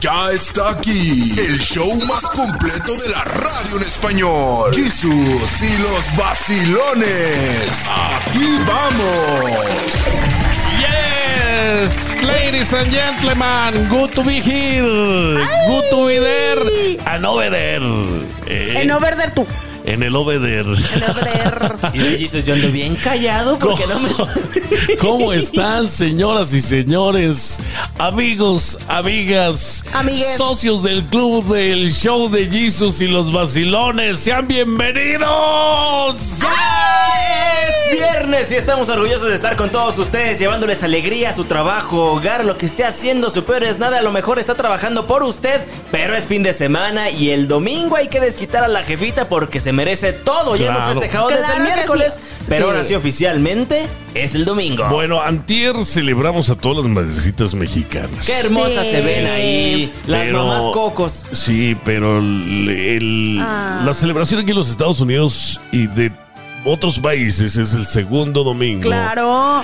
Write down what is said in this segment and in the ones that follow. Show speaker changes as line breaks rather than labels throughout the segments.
Ya está aquí el show más completo de la radio en español. Jesús y los vacilones. Aquí vamos.
Yes, ladies and gentlemen, good to be here, good to be there, an oveder, eh,
En Overder tú.
en el oveder.
Y le dices, yo ando bien callado porque no me...
¿Cómo están, señoras y señores, amigos, amigas,
Amigues.
socios del club del show de Jesus y los vacilones? Sean bienvenidos.
Es viernes y estamos orgullosos de estar con todos ustedes, llevándoles alegría a su trabajo, hogar, lo que esté haciendo, su peor es nada, a lo mejor está trabajando por usted, pero es fin de semana y el domingo hay que desquitar a la jefita porque se merece todo. Ya
Claro.
hemos festejado desde el
Claro que
miércoles,
sí.
pero
Sí.
ahora sí oficialmente es el domingo.
Bueno, antier celebramos a todas las madrecitas mexicanas.
Qué hermosas
Sí.
se ven ahí, las
Pero-
mamás cocos.
Sí, pero el- el-
Ah.
la celebración aquí en los Estados Unidos y de otros países es el segundo domingo
Claro.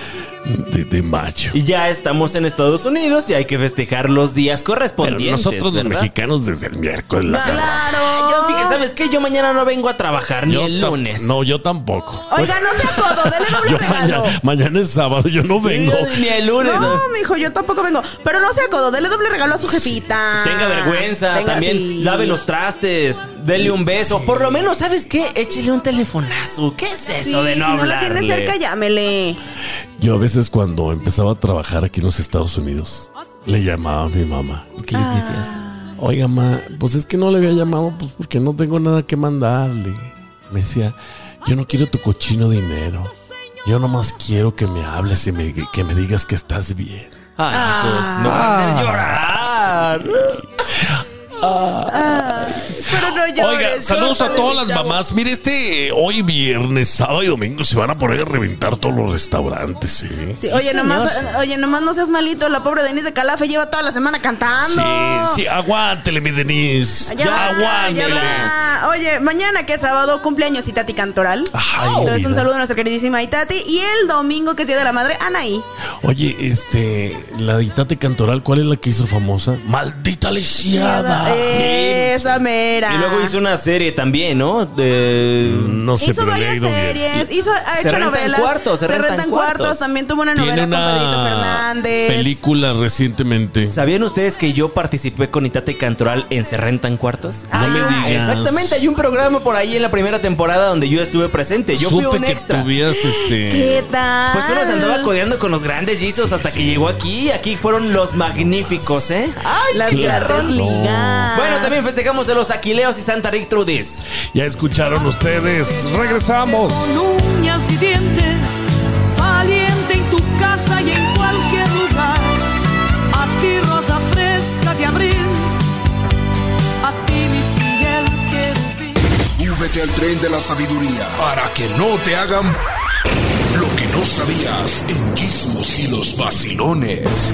de, de mayo.
Y ya estamos en Estados Unidos y hay que festejar los días
Pero
correspondientes.
nosotros los
¿verdad?
mexicanos desde el miércoles. la verdad.
Claro.
Yo, fíjate, ¿sabes qué? Yo mañana no vengo a trabajar ni
Yo
el
ta-
lunes.
No, yo tampoco.
Oiga, no sea codo, dele doble
Yo
regalo.
mañana, mañana es sábado, yo no vengo.
Ni el lunes.
No, mijo, yo tampoco vengo. Pero no sea codo, dele doble regalo a su jefita.
Tenga vergüenza,
Tenga-
también
sí.
lave los trastes, dele un beso. Por lo menos, ¿sabes qué? Échele un telefonazo. ¿Qué es
Sí,
eso de no
si no la
hablarle?
tiene cerca, llámele.
Yo a veces cuando empezaba a trabajar aquí en los Estados Unidos, le llamaba a mi mamá. Ah.
¿Qué le dices?
Oiga, ma, pues es que no le había llamado, pues porque no tengo nada que mandarle. Me decía, yo no quiero tu cochino dinero. Yo nomás quiero que me hables y me, que me digas que estás bien.
Ay, Jesús, no va
Ah.
a hacer llorar.
Pero no llores.
Oiga, saludos a
córtale,
todas las
chavo.
mamás. Mire, este eh, hoy viernes, sábado y domingo se van a poner a reventar todos los restaurantes. ¿eh?
Sí, oye, nomás, oye, nomás no seas malito. La pobre Denise de Calafe lleva toda la semana cantando.
sí, aguántele, mi Denise.
Ah, Ya va, ya va. Oye, mañana que es sábado, cumpleaños Itati Cantoral.
Ay,
Entonces, un
mira.
saludo a nuestra queridísima Itati. Y el domingo, que es Día de la Madre, Anaí.
Oye, este, la dictate cantoral, ¿cuál es la que hizo famosa? Maldita lisiada.
Esa mera.
Y luego hizo una serie también, ¿no? De...
No sé,
Hizo
pero le ha
varias
ido bien.
series, hizo, ha
Se
hecho
rentan
novelas.
cuartos, se
cuartos.
rentan cuartos.
También tuvo una novela
Tiene
con Pedrito
una
Fernández.
película recientemente.
¿Sabían ustedes que yo participé con Itate Cantoral en Se Rentan Cuartos?
No me
Ah,
digas.
Exactamente, hay un programa por ahí en la primera temporada donde yo estuve presente. Yo
Supe
fui un
que
extra.
tuvieras
¿Qué
este.
tal?
Pues uno se
Ah.
andaba codeando con los grandes Jesus hasta que llegó aquí. Aquí fueron los magníficos, ¿eh?
Ay, las
Claro.
grandes ligas.
Bueno, también festejamos a los Aquileos y Santa Rick Trudis.
Ya escucharon ustedes. Regresamos.
con uñas y dientes, valiente en tu casa y en cualquier lugar. A ti rosa fresca de abril, a ti mi fiel querubín.
Súbete al tren de la sabiduría para que no te hagan lo que no sabías en Jesús y los vacilones.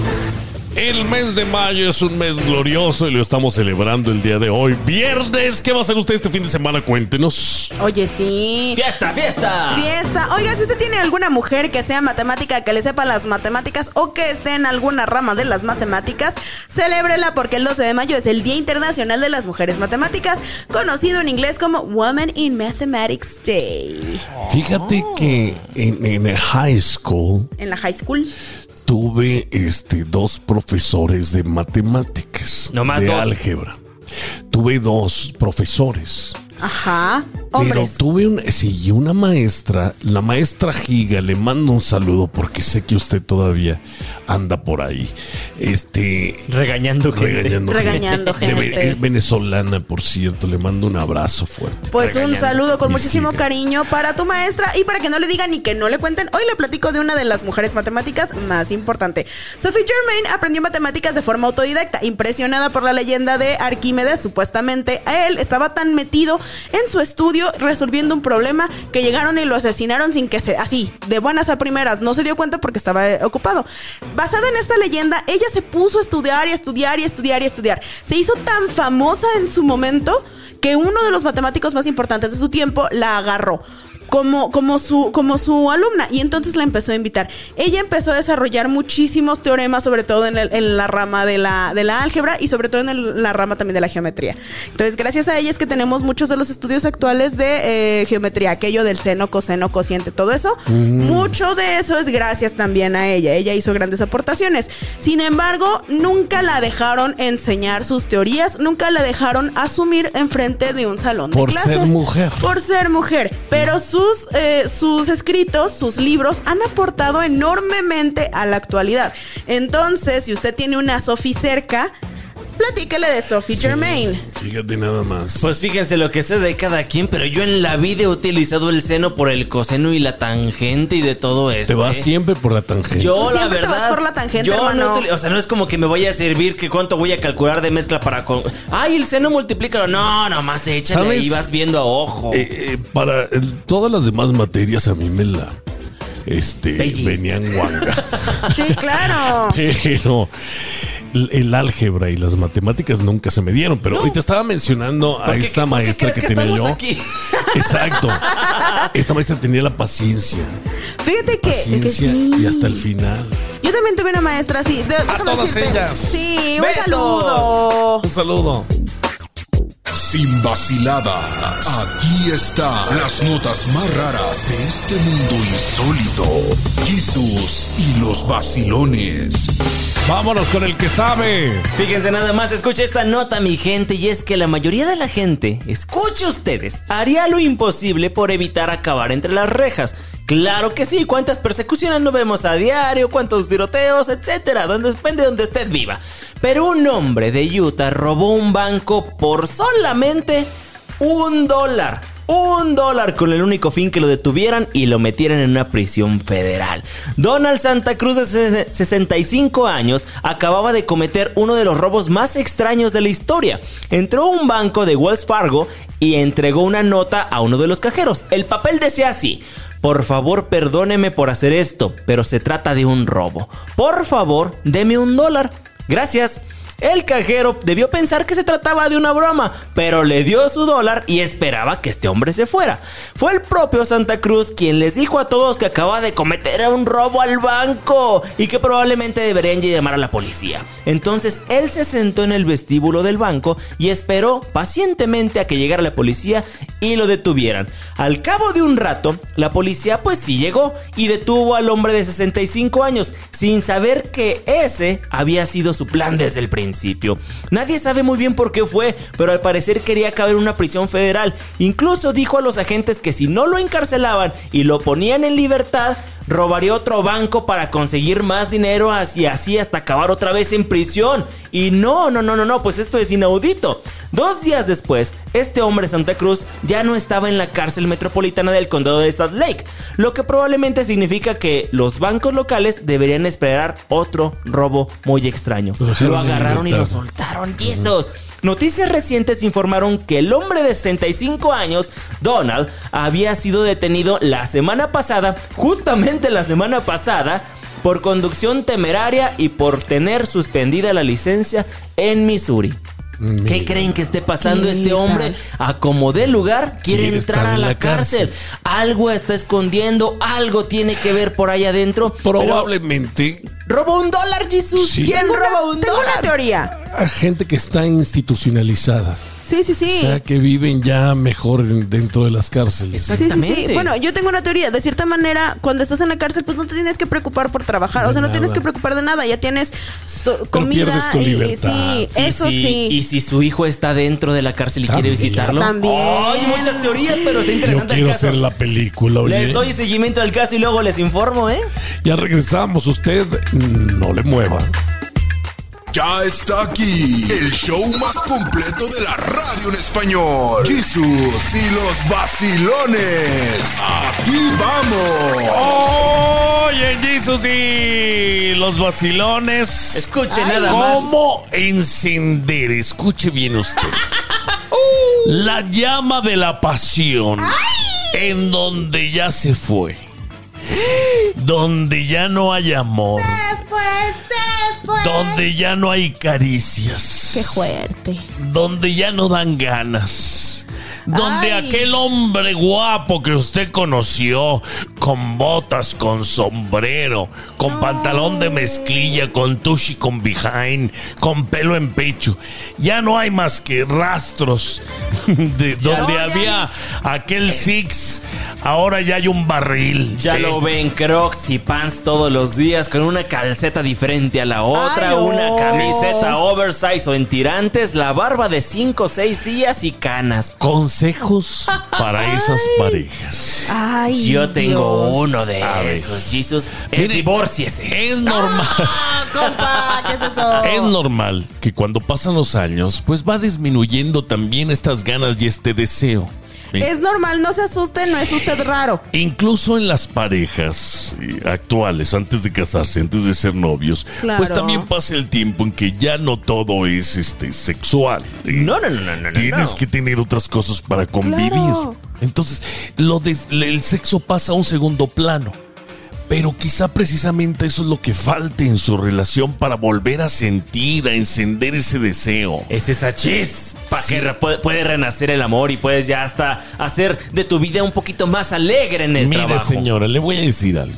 El mes de mayo es un mes glorioso y lo estamos celebrando el día de hoy. Viernes, ¿qué va a hacer usted este fin de semana? Cuéntenos.
Oye, sí.
¡Fiesta, fiesta!
Fiesta. Oiga, si usted tiene alguna mujer que sea matemática, que le sepa las matemáticas o que esté en alguna rama de las matemáticas, celébrela porque el 12 de mayo es el Día Internacional de las Mujeres Matemáticas, conocido en inglés como Women in Mathematics Day.
Fíjate
Oh.
que en, en el high school
En la high school.
tuve este, dos profesores de matemáticas.
Nomás
de
dos.
álgebra. Tuve dos profesores.
Ajá.
Pero
Hombres.
tuve un, sí, una maestra, la maestra Giga, le mando un saludo porque sé que usted todavía anda por ahí. Este,
Regañando
regañando,
Regañando gente.
De- es venezolana, por cierto, le mando un abrazo fuerte.
Pues un
regañando.
saludo con
Ni
muchísimo
siquiera.
cariño para tu maestra y para que no le digan ni que no le cuenten, hoy le platico de una de las mujeres matemáticas más importante. Sophie Germain aprendió matemáticas de forma autodidacta, impresionada por la leyenda de Arquímedes, supuestamente él estaba tan metido en su estudio resolviendo un problema que llegaron y lo asesinaron sin que se así, de buenas a primeras, no se dio cuenta porque estaba eh, ocupado. Basada en esta leyenda, ella se puso a estudiar y estudiar y estudiar y estudiar. Se hizo tan famosa en su momento que uno de los matemáticos más importantes de su tiempo la agarró. como, como, su, como su alumna. Y entonces la empezó a invitar. Ella empezó a desarrollar muchísimos teoremas, sobre todo en, el- en la rama de la, de la álgebra y sobre todo en el- la rama también de la geometría. Entonces, gracias a ella es que tenemos muchos de los estudios actuales de eh, geometría, aquello del seno, coseno, cociente, todo eso. Mucho de eso es gracias también a ella. Ella hizo grandes aportaciones. Sin embargo, nunca la dejaron enseñar sus teorías, nunca la dejaron asumir enfrente de un salón de
Por
clases.
ser mujer.
Por ser mujer. Pero sus, eh, sus escritos, sus libros han aportado enormemente a la actualidad. Entonces, si usted tiene una Sophie cerca, platíquele de Sophie Germain.
Fíjate nada más.
Pues fíjense lo que sé de cada quien, pero yo en la vida he utilizado el seno por el coseno y la tangente y de todo eso.
te vas
¿eh?
siempre por la tangente.
Yo
Tú
la
siempre te
verdad.
vas por la tangente,
yo
hermano.
No utili- o sea, no es como que me vaya a servir que cuánto voy a calcular de mezcla para con. Ay, el seno multiplícalo. No, nomás échale
¿Sabes?
y vas viendo a ojo.
Eh, eh, para el- todas las demás materias a mí me la este
Pellizca.
venían guanga.
Sí, claro.
pero el, el álgebra y las matemáticas nunca se me dieron. Pero ahorita estaba mencionando a
¿Por qué-
esta
por qué
maestra
crees
que,
que
tenía
estamos
yo.
aquí?
Exacto. Esta maestra tenía la paciencia.
Fíjate que, que
Paciencia
sí.
y hasta el final.
Yo también tuve una maestra así. De- déjame
todas
decirte.
ellas.
Sí, un
Besos.
saludo.
Un saludo.
Sin vaciladas, aquí están las notas más raras de este mundo insólito. Jesús y los vacilones.
Vámonos con el que sabe.
Fíjense nada más, escucha esta nota, mi gente, y es que la mayoría de la gente, escuche ustedes, haría lo imposible por evitar acabar entre las rejas. Claro que sí, cuántas persecuciones no vemos a diario, cuántos tiroteos, etcétera, donde depende de donde usted viva. Pero un hombre de Utah robó un banco por solamente un dólar. Un dólar con el único fin que lo detuvieran y lo metieran en una prisión federal. Donald Santa Cruz, de ses- 65 años, acababa de cometer uno de los robos más extraños de la historia. Entró a un banco de Wells Fargo y entregó una nota a uno de los cajeros. El papel decía así. Por favor, perdóneme por hacer esto, pero se trata de un robo. Por favor, deme un dólar. Gracias. El cajero debió pensar que se trataba de una broma, pero le dio su dólar y esperaba que este hombre se fuera. Fue el propio Santa Cruz quien les dijo a todos que acaba de cometer un robo al banco y que probablemente deberían llamar a la policía. Entonces él se sentó en el vestíbulo del banco y esperó pacientemente a que llegara la policía y lo detuvieran. Al cabo de un rato, la policía pues sí llegó y detuvo al hombre de 65 años sin saber que ese había sido su plan desde el principio. Nadie sabe muy bien por qué fue, pero al parecer quería caber en una prisión federal. Incluso dijo a los agentes que si no lo encarcelaban y lo ponían en libertad, robaría otro banco para conseguir más dinero as- y así hasta acabar otra vez en prisión. Y no, no, no, no, no, pues esto es inaudito. Dos días después, este hombre Santa Cruz ya no estaba en la cárcel metropolitana del condado de Salt Lake, lo que probablemente significa que los bancos locales deberían esperar otro robo muy extraño.
Lo dejaron
Lo agarraron y lo
libertad.
soltaron soltaron yesos. Noticias recientes informaron que el hombre de 65 años, Donald, había sido detenido la semana pasada, justamente la semana pasada, por conducción temeraria y por tener suspendida la licencia en Missouri. ¿Qué creen que esté pasando este
Mira.
hombre? Acomodé lugar, quiere
Quiere
entrar
estar
a
en
la,
la
cárcel.
cárcel.
Algo está escondiendo, algo tiene que ver por ahí adentro. pero
Probablemente
Robó un dólar, Jesús.
Sí.
¿Quién
Tengo
roba
una,
un
tengo
dólar?
una teoría.
a gente que está institucionalizada.
Sí, sí, sí.
O sea, que viven ya mejor en- dentro de las cárceles.
Sí, sí, sí.
Exactamente.
Bueno, yo tengo una teoría. De cierta manera, cuando estás en la cárcel, pues no te tienes que preocupar por trabajar. o
De
sea, no tienes
nada.
que preocupar de nada. Ya tienes so- comida.
pierdes tu
y- y
libertad.
sí,
Sí,
eso
sí.
sí.
Y si su hijo está dentro de la cárcel y quiere
También.
visitarlo.
También.
Hay muchas teorías, pero está
Yo
interesante el
quiero
caso.
hacer la película. oye.
Les doy seguimiento al caso y luego les informo, ¿eh?
Ya regresamos. Usted mm, no le mueva.
Ya está aquí el show más completo de la radio en español. Jesús y los vacilones. Aquí vamos.
Oye, Jesus y los vacilones.
Escuche nada más.
¿Cómo encender? Escuche bien usted. La llama de la pasión. En donde ya se fue. Donde ya no hay amor. Donde ya no hay caricias.
Qué fuerte.
Donde ya no dan ganas.
donde
Ay.
aquel hombre guapo que usted conoció, con botas, con sombrero, con pantalón de mezclilla, con tushi, con behind, con pelo en pecho, ya no hay más que rastros de
no,
donde
ya
había aquel six, ahora ya hay un barril.
Ya
de-
lo ven crocs y pants todos los días con una calceta diferente a la otra,
Ay, no.
una camiseta oversize o en tirantes, la barba de 5 o 6 días y canas.
Consejos para esas parejas.
Ay,
Yo tengo
Dios.
uno de
A ver.
esos, Jesus. Es
Mire,
divórciese.
Es normal.
Ah, compa, ¿qué es eso?
Oh.
Es normal que cuando pasan los años, pues va disminuyendo también estas ganas y este deseo.
Es normal, no se asusten, no es usted raro.
Incluso en las parejas eh, actuales, antes de casarse, antes de ser novios,
Claro.
pues también pasa el tiempo en que ya no todo es este sexual. eh.
No, no, no, no, no.
Tienes
no.
que tener otras cosas para convivir.
Claro.
Entonces, lo des- el sexo pasa a un segundo plano. Pero quizá precisamente eso es lo que falte en su relación para volver a sentir, a encender ese deseo.
Es esa chispa
Sí.
que re- puede, puede renacer el amor y puedes ya hasta hacer de tu vida un poquito más alegre en el
Mire,
trabajo.
señora, le voy a decir algo.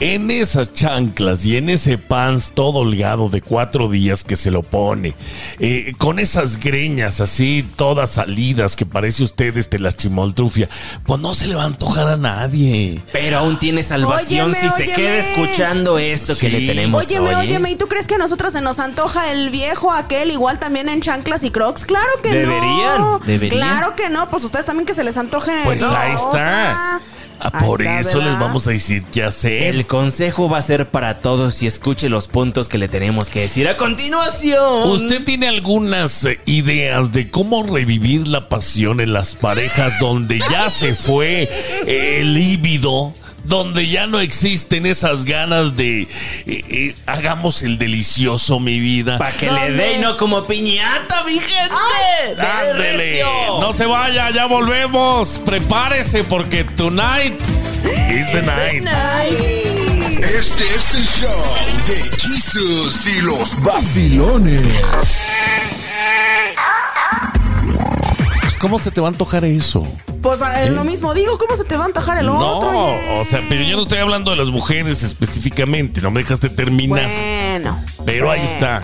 En esas chanclas y en ese pants todo holgado de cuatro días que se lo pone, eh, con esas greñas así, todas salidas que parece usted este, la chimoltrufia, pues no se le va a antojar a nadie.
Pero aún tiene salvación
Óyeme,
si
óyeme.
se queda escuchando esto que
Sí.
le tenemos
Óyeme,
hoy. ¿eh?
óyeme, ¿y tú crees que a nosotras se nos antoja el viejo aquel igual también en chanclas y crocs? Claro que no.
Deberían, deberían.
Claro que no, pues ustedes también que se les antoje.
Pues
la
ahí está.
otra.
Ah,
Ahí
por
está,
eso
¿verdad?
les vamos a decir qué hacer.
El consejo va a ser para todos y escuche los puntos que le tenemos que decir a continuación.
¿Usted tiene algunas eh, ideas de cómo revivir la pasión en las parejas donde ya se fue eh, el líbido? Donde ya no existen esas ganas de eh, eh, hagamos el delicioso, mi vida.
para que le
¿Dónde?
dé y no como piñata, mi gente. ¡Dale
Ándele.
recio!
No se vaya, ya volvemos. Prepárese porque tonight is the night.
Este es el show de Jesus y los vacilones.
Pues,
¿Cómo se te va a antojar eso?
Pues eh, lo mismo digo, ¿cómo se te va a antojar el
No,
otro? oye?
o sea, pero yo no estoy hablando de las mujeres específicamente. No me dejaste terminar.
Bueno.
Pero ahí está.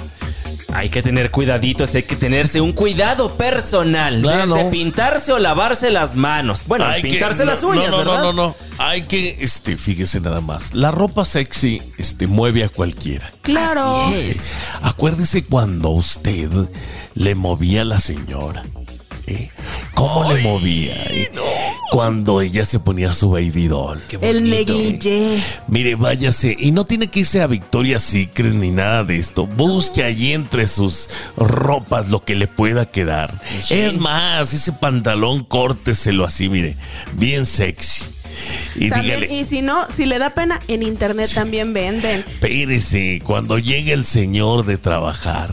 Hay que tener cuidaditos, hay que tenerse un cuidado personal.
Claro.
Desde pintarse o lavarse las manos. Bueno,
Hay que-
pintarse
no,
las uñas,
no, no,
¿verdad?
No, no, no. Hay que, este, fíjese nada más. La ropa sexy, este, mueve a cualquiera.
Claro.
Así es.
Acuérdese cuando usted le movía a la señora. ¿eh? ¿Cómo le movía? eh? Cuando ella se ponía su baby doll.
El negligé.
Mire, váyase. Y no tiene que irse a Victoria Secret ni nada de esto. Busque allí entre sus ropas lo que le pueda quedar. Es más, ese pantalón córteselo así, mire. Bien sexy. Y
También,
dígale,
y si no, si le da pena, en internet también venden.
espérese, cuando llegue el señor de trabajar,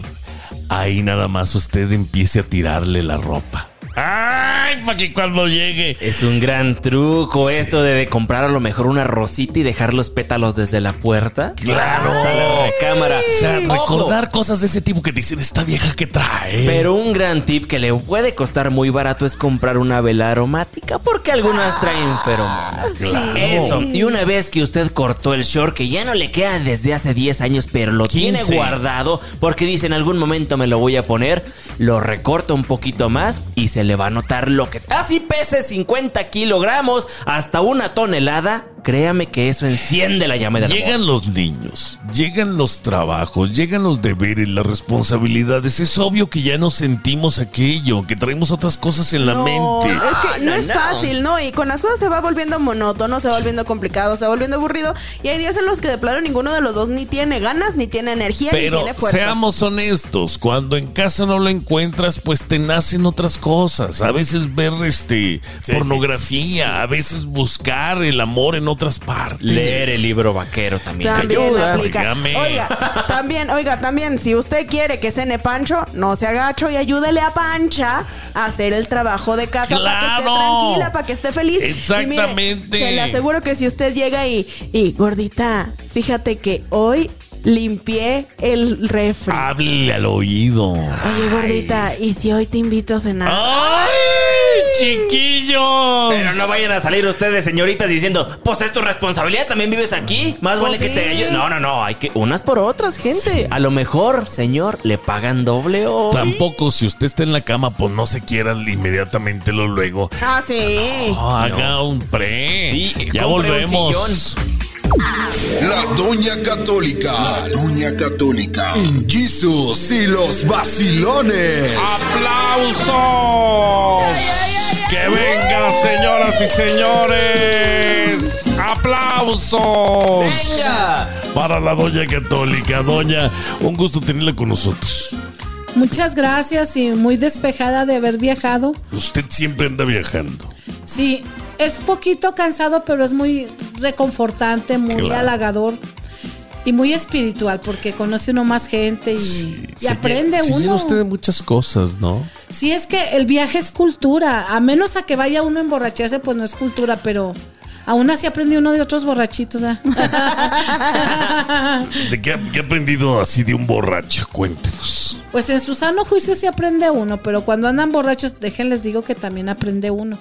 ahí nada más usted empiece a tirarle la ropa. ¡Ay! Para que cuando llegue.
Es un gran truco
Sí.
esto de, de comprar a lo mejor una rosita y dejar los pétalos desde la puerta.
Claro.
Hasta la recámara.
O sea,
Ojo,
recordar cosas de ese tipo que dicen, esta vieja que trae.
Pero un gran tip que le puede costar muy barato es comprar una vela aromática porque algunas traen feromonas.
Claro.
Eso. Y una vez que usted cortó el short que ya no le queda desde hace 10 años, pero lo
15.
tiene guardado porque dice en algún momento me lo voy a poner, lo recorta un poquito más y se le va a notar lo que... Así pese 50 kilogramos hasta una tonelada. Créame que eso enciende la llama de
Llegan los niños, llegan los trabajos, llegan los deberes, las responsabilidades. Es obvio que ya no sentimos aquello, que traemos otras cosas en la
No,
mente.
Es que no,
No,
es
no.
fácil, ¿no? Y con las cosas se va volviendo monótono, se va volviendo complicado, se va volviendo aburrido. Y hay días en los que de plano ninguno de los dos ni tiene ganas, ni tiene energía, ni
Pero
tiene fuerza.
seamos honestos, cuando en casa no lo encuentras, pues te nacen otras cosas. A veces ver este pornografía, a veces buscar el amor en otras partes.
Leer el libro vaquero también.
También
ayuda,
aplica.
oígame.
Oiga, también, oiga, también, si usted quiere que cene Pancho, no se agacho y ayúdele a Pancha a hacer el trabajo de casa para que esté
¡Claro!
tranquila, para que esté feliz. Y mire,
Exactamente.
se le aseguro que si usted llega y, y gordita, fíjate que hoy limpié el refri.
Háblele al oído.
Ah.
Oye, gordita, ¿y si hoy te invito a cenar?
¡Ay!
chiquillos.
Pero no vayan a salir ustedes, señoritas, diciendo, pues es tu responsabilidad, también vives aquí. Más vale que te ayude. No, no, no, hay que unas por otras, gente. A lo mejor, señor, le pagan doble o.
Tampoco si usted está en la cama, pues no se quiera inmediatamente lo luego.
Ah, sí.
No, haga un pre.
Sí,
ya
compre un
volvemos.
La Doña Católica. La Doña Católica. En Jesus y los vacilones.
¡Aplausos! ¡Que vengan, señoras y señores! ¡Aplausos!
¡Venga!
Para la doña católica, doña, un gusto tenerla con nosotros.
Muchas gracias y muy despejada de haber viajado.
Usted siempre anda viajando.
Sí, es poquito cansado, pero es muy reconfortante, muy
Claro.
halagador y muy espiritual porque conoce uno más gente y, y
Se
aprende
llena- se llena
uno.
usted de muchas cosas, ¿no?
Sí, es que el viaje es cultura. A menos a que vaya uno a emborracharse, pues no es cultura, pero aún así aprende uno de otros borrachitos. ¿ah?
¿De qué, ha- qué ha aprendido así de un borracho? Cuéntenos.
pues en su sano juicio sí aprende uno, pero cuando andan borrachos, déjenles digo que también aprende uno.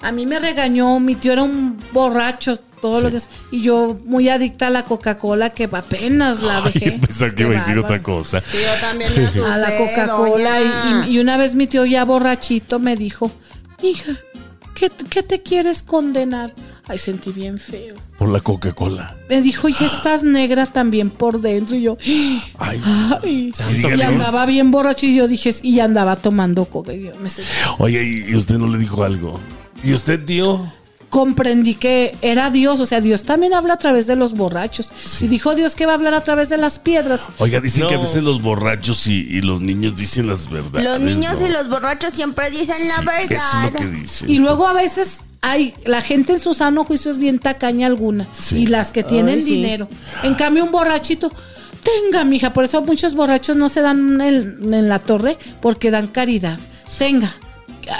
A mí me regañó, mi tío era un borracho todos los días y yo muy adicta a la Coca-Cola que apenas la dejé.
Ay, pensaba que iba a
Qué
decir
bárbaro.
otra cosa.
Sí, yo también me asusté,
a la Coca-Cola.
doña.
Y, y- y una vez mi tío ya borrachito me dijo, hija, ¿qué, qué te quieres condenar? Ay, sentí bien feo.
Por la Coca-Cola.
Me dijo, y
Ah.
estás negra también por dentro. Y yo,
Ay,
ay.
y
Y
dígale,
andaba bien borracho y yo dije, y andaba tomando coca. Y yo me sentí-
Oye, ¿y usted no le dijo algo? ¿Y usted, tío?
comprendí que era Dios, o sea, Dios también habla a través de los borrachos. Si dijo Dios que va a hablar a través de las piedras,
Oiga, dicen que a
No.
veces los borrachos y, y los niños dicen las verdades.
Los niños
¿no?
y los borrachos siempre dicen la
Sí, Eso es lo que
verdad.
dicen.
Y luego a veces hay la gente en su sano juicio es bien tacaña alguna
Sí.
y las que tienen
Ay, sí.
dinero. En cambio un borrachito, tenga mija, por eso muchos borrachos no se dan en, en la torre porque dan caridad. Tenga,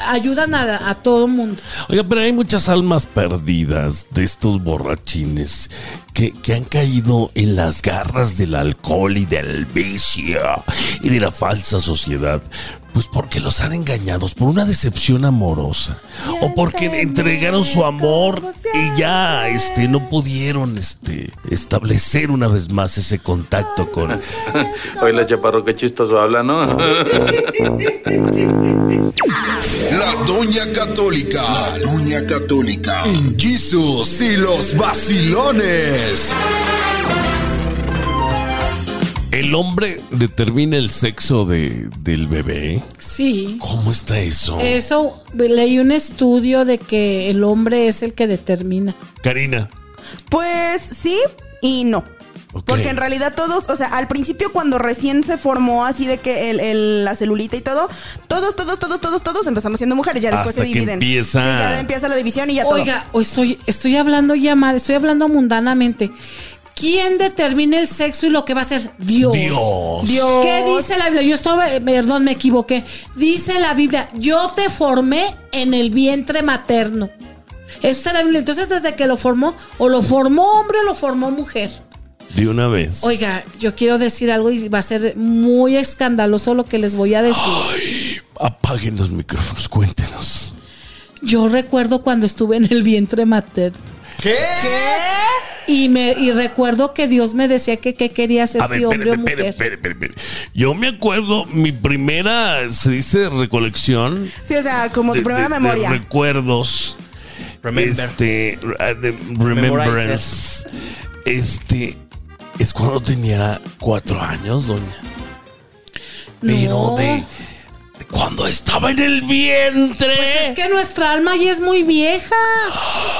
ayudan a, a todo mundo.
Oiga, pero hay muchas almas perdidas de estos borrachines que, que han caído en las garras del alcohol y del vicio y de la falsa sociedad. Pues porque los han engañados por una decepción amorosa o porque entregaron su amor y ya este no pudieron este establecer una vez más ese contacto con
Hoy la chaparro que chistoso habla, ¿no?
La Doña Católica. La Doña Católica. En Jesus y los vacilones.
el hombre determina el sexo de, del bebé.
Sí.
¿Cómo está eso?
Eh. Eso leí un estudio de que el hombre es el que determina.
Karina.
Pues sí y no.
Ok.
Porque en realidad todos, o sea, al principio cuando recién se formó así de que el, el- la celulita y todo, todos, todos, todos, todos, todos empezamos siendo mujeres, ya después
Hasta
se
que
dividen.
empieza.
Sí, ya empieza la división y ya
Oiga, o estoy, estoy hablando ya mal, estoy hablando mundanamente. ¿Quién determina el sexo y lo que va a ser? Dios.
Dios.
todo. Dios.
¿Qué dice la Biblia? Yo estaba, eh, perdón, me equivoqué. Dice la Biblia, yo te formé en el vientre materno. Eso es la Biblia. Entonces, desde que lo formó, o lo formó hombre o lo formó mujer.
De una vez.
Oiga, yo quiero decir algo y va a ser muy escandaloso lo que les voy a decir.
Apaguen los micrófonos, cuéntenos.
Yo recuerdo cuando estuve en el vientre materno. ¿Qué? Y, me, y recuerdo que Dios me decía que qué quería ser,
A
si
ver,
hombre
espere,
o
espere,
mujer.
espere, espere, espere. Yo me acuerdo, mi primera, se dice, recolección.
todo. Sí, o sea, como tu
de-
primera
de- de
memoria.
recuerdos.
Remember.
Este, re- de remembrance. Este, es cuando tenía cuatro años, doña. Pero
No.
de, de cuando estaba en el vientre.
Es que nuestra alma ya es muy vieja.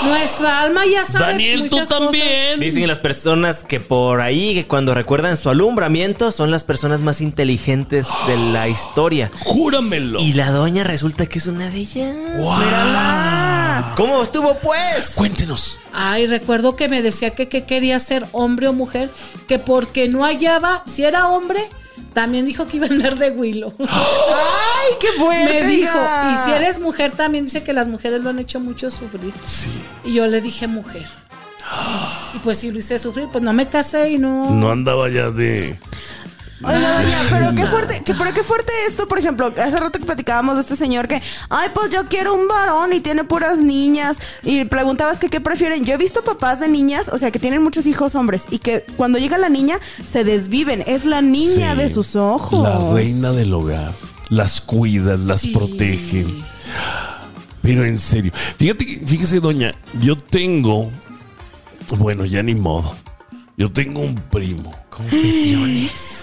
Nuestra alma ya sabe
Daniel, tú
muchas cosas.
también.
Dicen las personas que por ahí, que cuando recuerdan su alumbramiento, son las personas más inteligentes de la historia.
Júramelo.
Y la doña resulta que es una de ellas.
Guau.
¿Cómo estuvo pues?
Cuéntenos.
Ay, recuerdo que me decía que qué quería ser hombre o mujer, que porque no hallaba, si era hombre, también dijo que iba a andar de Willow.
¡Ay, qué fuerte!
me dijo,
oiga!
y si eres mujer también dice que las mujeres lo han hecho mucho sufrir.
Sí.
Y yo le dije mujer. Y pues si lo hice sufrir, pues no me casé y no.
No andaba ya de.
Oiga, doña, pero qué fuerte, que- pero qué fuerte esto, por ejemplo, hace rato que platicábamos de este señor que, ay, pues yo quiero un varón y tiene puras niñas. Y preguntabas que qué prefieren. Yo he visto papás de niñas, o sea, que tienen muchos hijos hombres y que cuando llega la niña se desviven. Es la niña
Sí,
de sus ojos.
La reina del hogar. Las cuidan, las
Sí.
protegen. Pero en serio. Fíjate, que- fíjese, doña, yo tengo. Bueno, ya ni modo. Yo tengo un primo.
Confesiones.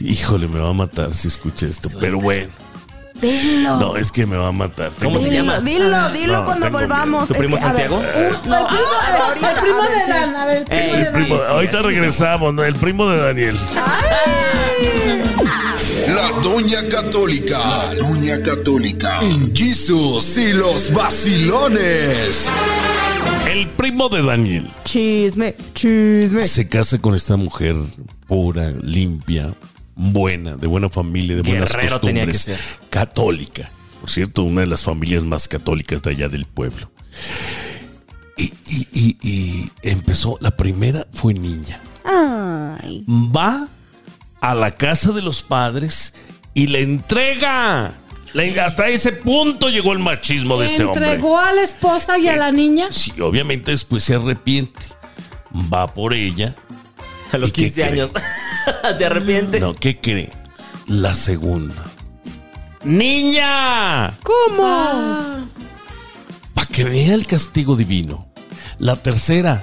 Híjole, me va a matar si escucha esto. Pero bueno. No, es que me va a matar.
¿Cómo
Tengo-
se llama?
Dilo, dilo, dilo
No,
cuando
tengo miedo.
volvamos.
¿Tu primo
a ver,
Santiago?
un- no,
Eh, El primo,
ah,
el-
ahorita,
el primo
a ver,
de
sí.
Dan, a ver, el primo
Ey,
de
El
Dan.
primo- ahorita regresamos, ¿no? el primo de Daniel.
La Doña Católica. La Doña Católica. En Jesus y los vacilones.
El primo de Daniel
Chisme, chisme.
se casa con esta mujer pura, limpia, buena, de buena familia, de buenas
Guerrero tenía que
costumbres,
ser.
católica. Por cierto, una de las familias más católicas de allá del pueblo. Y, y- y- y empezó, la primera fue niña.
Ay.
Va a la casa de los padres y la entrega. La- Hasta ese punto llegó el machismo de este hombre.
Entregó a la esposa y a la niña.
Sí, obviamente después se arrepiente. Va por ella.
A los
¿Y qué
15
cree?
años. Se arrepiente.
No, ¿qué cree? La segunda. ¡Niña!
Ah,
Para que vea el castigo divino. La tercera.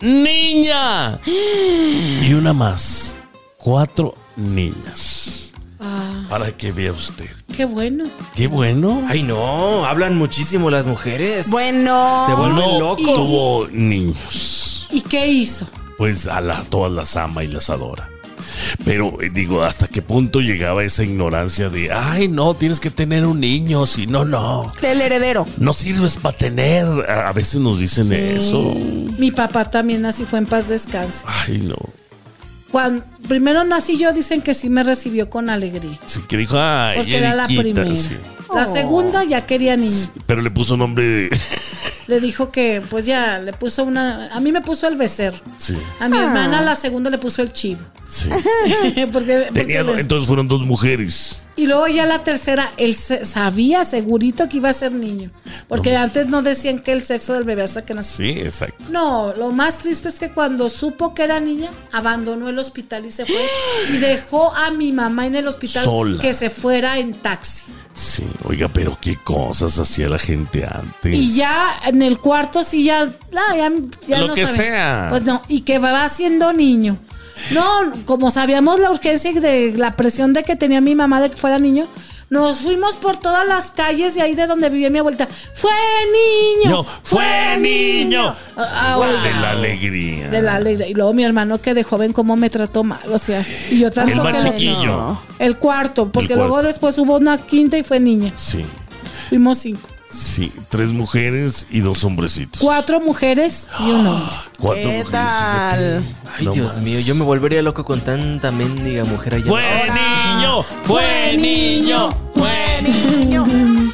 ¡Niña! Y una más. Cuatro niñas. Para que vea usted.
qué bueno.
Qué bueno.
Ay, no. Hablan muchísimo las mujeres.
Bueno.
Te vuelven
No
loco.
tuvo niños.
¿Y qué hizo?
pues a la- todas las ama y las adora. Pero eh, digo, ¿hasta qué punto llegaba esa ignorancia de, ay, no, tienes que tener un niño, si no, no,
El heredero.
no sirves para tener? A a veces nos dicen eso.
Mi papá también así fue en paz descanse.
Ay, no.
Cuando primero nací yo, dicen que sí me recibió con alegría.
Sí, que dijo, ay,
Porque era la
Eriquita",
primera.
sí.
La segunda ya quería niño.
Pero le puso nombre de...
Le dijo que, pues ya, le puso una. A mí me puso el becerro.
Sí,
A mi hermana, la segunda, le puso el chivo.
sí.
Porque- porque
Tenía-
le-
entonces fueron dos mujeres.
Y luego ya la tercera, él se- sabía segurito que iba a ser niño. Porque
No.
antes no decían que el sexo del bebé hasta que nació.
Sí, exacto.
No, lo más triste es que cuando supo que era niña, abandonó el hospital y se fue. Y dejó a mi mamá en el hospital
Sola.
que se fuera en taxi.
Sí, oiga, pero qué cosas hacía la gente antes.
Y ya en el cuarto sí ya, ah, ya, ya
Lo
no
que
saben.
sea.
Pues no, y que va siendo niño. No, como sabíamos la urgencia y de la presión de que tenía mi mamá de que fuera niño, nos fuimos por todas las calles de ahí de donde vivía mi abuelita. Fue niño.
No, fue niño.
Ah, ah,
De
bueno.
la alegría.
De la alegría. Y luego mi hermano que de joven cómo me trató mal, o sea, y yo tanto
El más
que-
chiquillo.
El cuarto, porque luego
cuarto.
después hubo una quinta y fue niña.
Sí,
Fuimos cinco.
sí. Tres mujeres y dos hombrecitos.
Cuatro mujeres y un hombre.
Cuatro
¿Qué
mujeres.
tal?
fíjate.
Ay,
No
Dios
más.
mío, yo me volvería loco con tanta mendiga mujer allá.
Fue niño, fue niño, fue niño.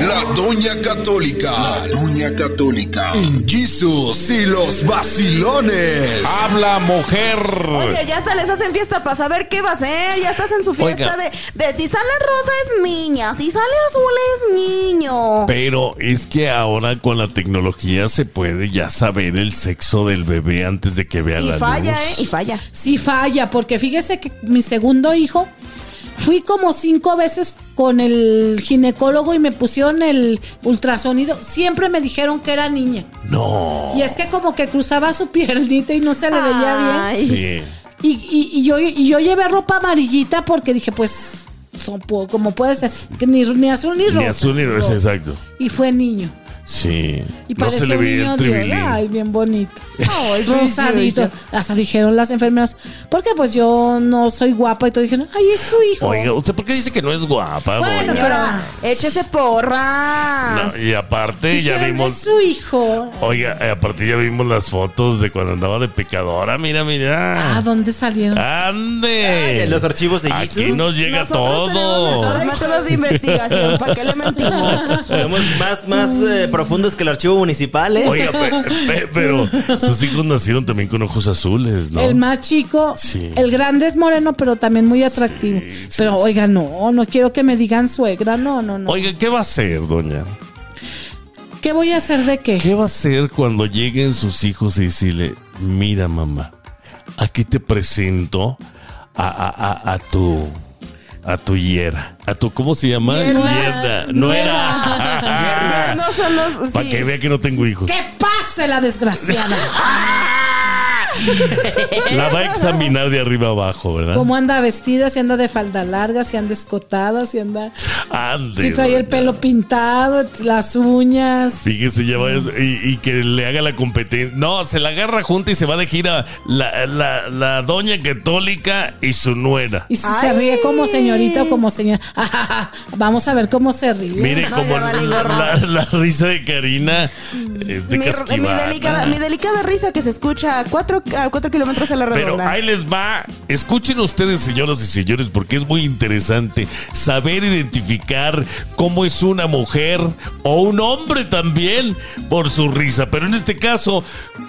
La Doña Católica. La Doña Católica. En Jesus y los vacilones.
Habla mujer.
Pues.
Oye, ya hasta les hacen fiesta para saber qué va a ser. Ya estás en su fiesta
Oiga.
de, de si sale rosa es niña, si sale azul es niño.
Pero es que ahora con la tecnología se puede ya saber el sexo del bebé antes de que vea
Y
la
falla, ¿eh?
luz.
Y falla.
Sí falla, porque fíjese que mi segundo hijo, fui como cinco veces con el ginecólogo y me pusieron el ultrasonido. Siempre me dijeron que era niña.
No.
Y es que como que cruzaba su piernita y no se le veía bien.
Ay.
Sí.
Y, y- y yo, y yo llevé ropa amarillita porque dije, pues, son, po- como puede ser, que ni, ni azul ni rosa.
Ni azul ni rosa,
Rosa.
exacto.
Y fue niño.
Sí.
Y
no se
parecía
le
un
veía
niño
el
Dios.
tribilín.
Ay, bien bonito. Rosadito. Hasta dijeron las enfermeras, porque pues yo no soy guapa y todo dijeron, ay, es su hijo.
Oiga, ¿usted por qué dice que no es guapa, doña?
Bueno, pero-
Señora, échese porras.
No, y aparte
Dijeron,
ya
Es
vimos.
su hijo.
Oiga, eh, aparte ya vimos las fotos de cuando andaba de pecadora. Mira,
¿A
Ah,
mira.
dónde
Ah,
salieron?
¡Ande!
Los archivos de
Eh, Aquí
Jesus.
nos llega
Nosotros tenemos
todo.
nuestros métodos de investigación, ¿para qué le mentimos?
Somos más, más eh, profundos que el archivo municipal, ¿eh?
Oiga, pe- pe- pero sus hijos nacieron también con ojos azules, ¿no?
El más chico,
Sí.
el grande es moreno, pero también muy atractivo.
sí,
pero
sí.
oiga, no, no quiero que me digan suegra, no, no, no.
Oiga, ¿qué va a hacer, doña?
¿Qué voy a hacer de qué?
¿Qué va a hacer cuando lleguen sus hijos y decirle, mira mamá, aquí te presento a, a- a- a tu... A tu hiera. A tu, ¿cómo se llama? Hierda. No era.
No son los.
Para
sí.
que vea que no tengo hijos.
¡Que pase la desgraciada!
La va a examinar de arriba abajo, ¿verdad?
¿Cómo anda vestida? Si anda de falda larga, si anda escotada, si anda.
Ande,
Si trae el
doña.
pelo pintado, las uñas.
Fíjese, ya vayas y, y que le haga la competencia. No, se la agarra junta y se va de gira la, la- la doña católica y su nuera.
Y si se
Ay.
ríe como señorita o como señora. Vamos a ver cómo se ríe.
Mire
No,
como
ya vale
la,
gorro. Mm.
la risa de Karina es de
Mi, mi
casquivana.
delicada, mi delicada risa que se escucha a cuatro, a cuatro kilómetros a la redonda.
Pero ahí les va. Escuchen ustedes, señoras y señores, porque es muy interesante saber identificar cómo es una mujer o un hombre también por su risa. Pero en este caso,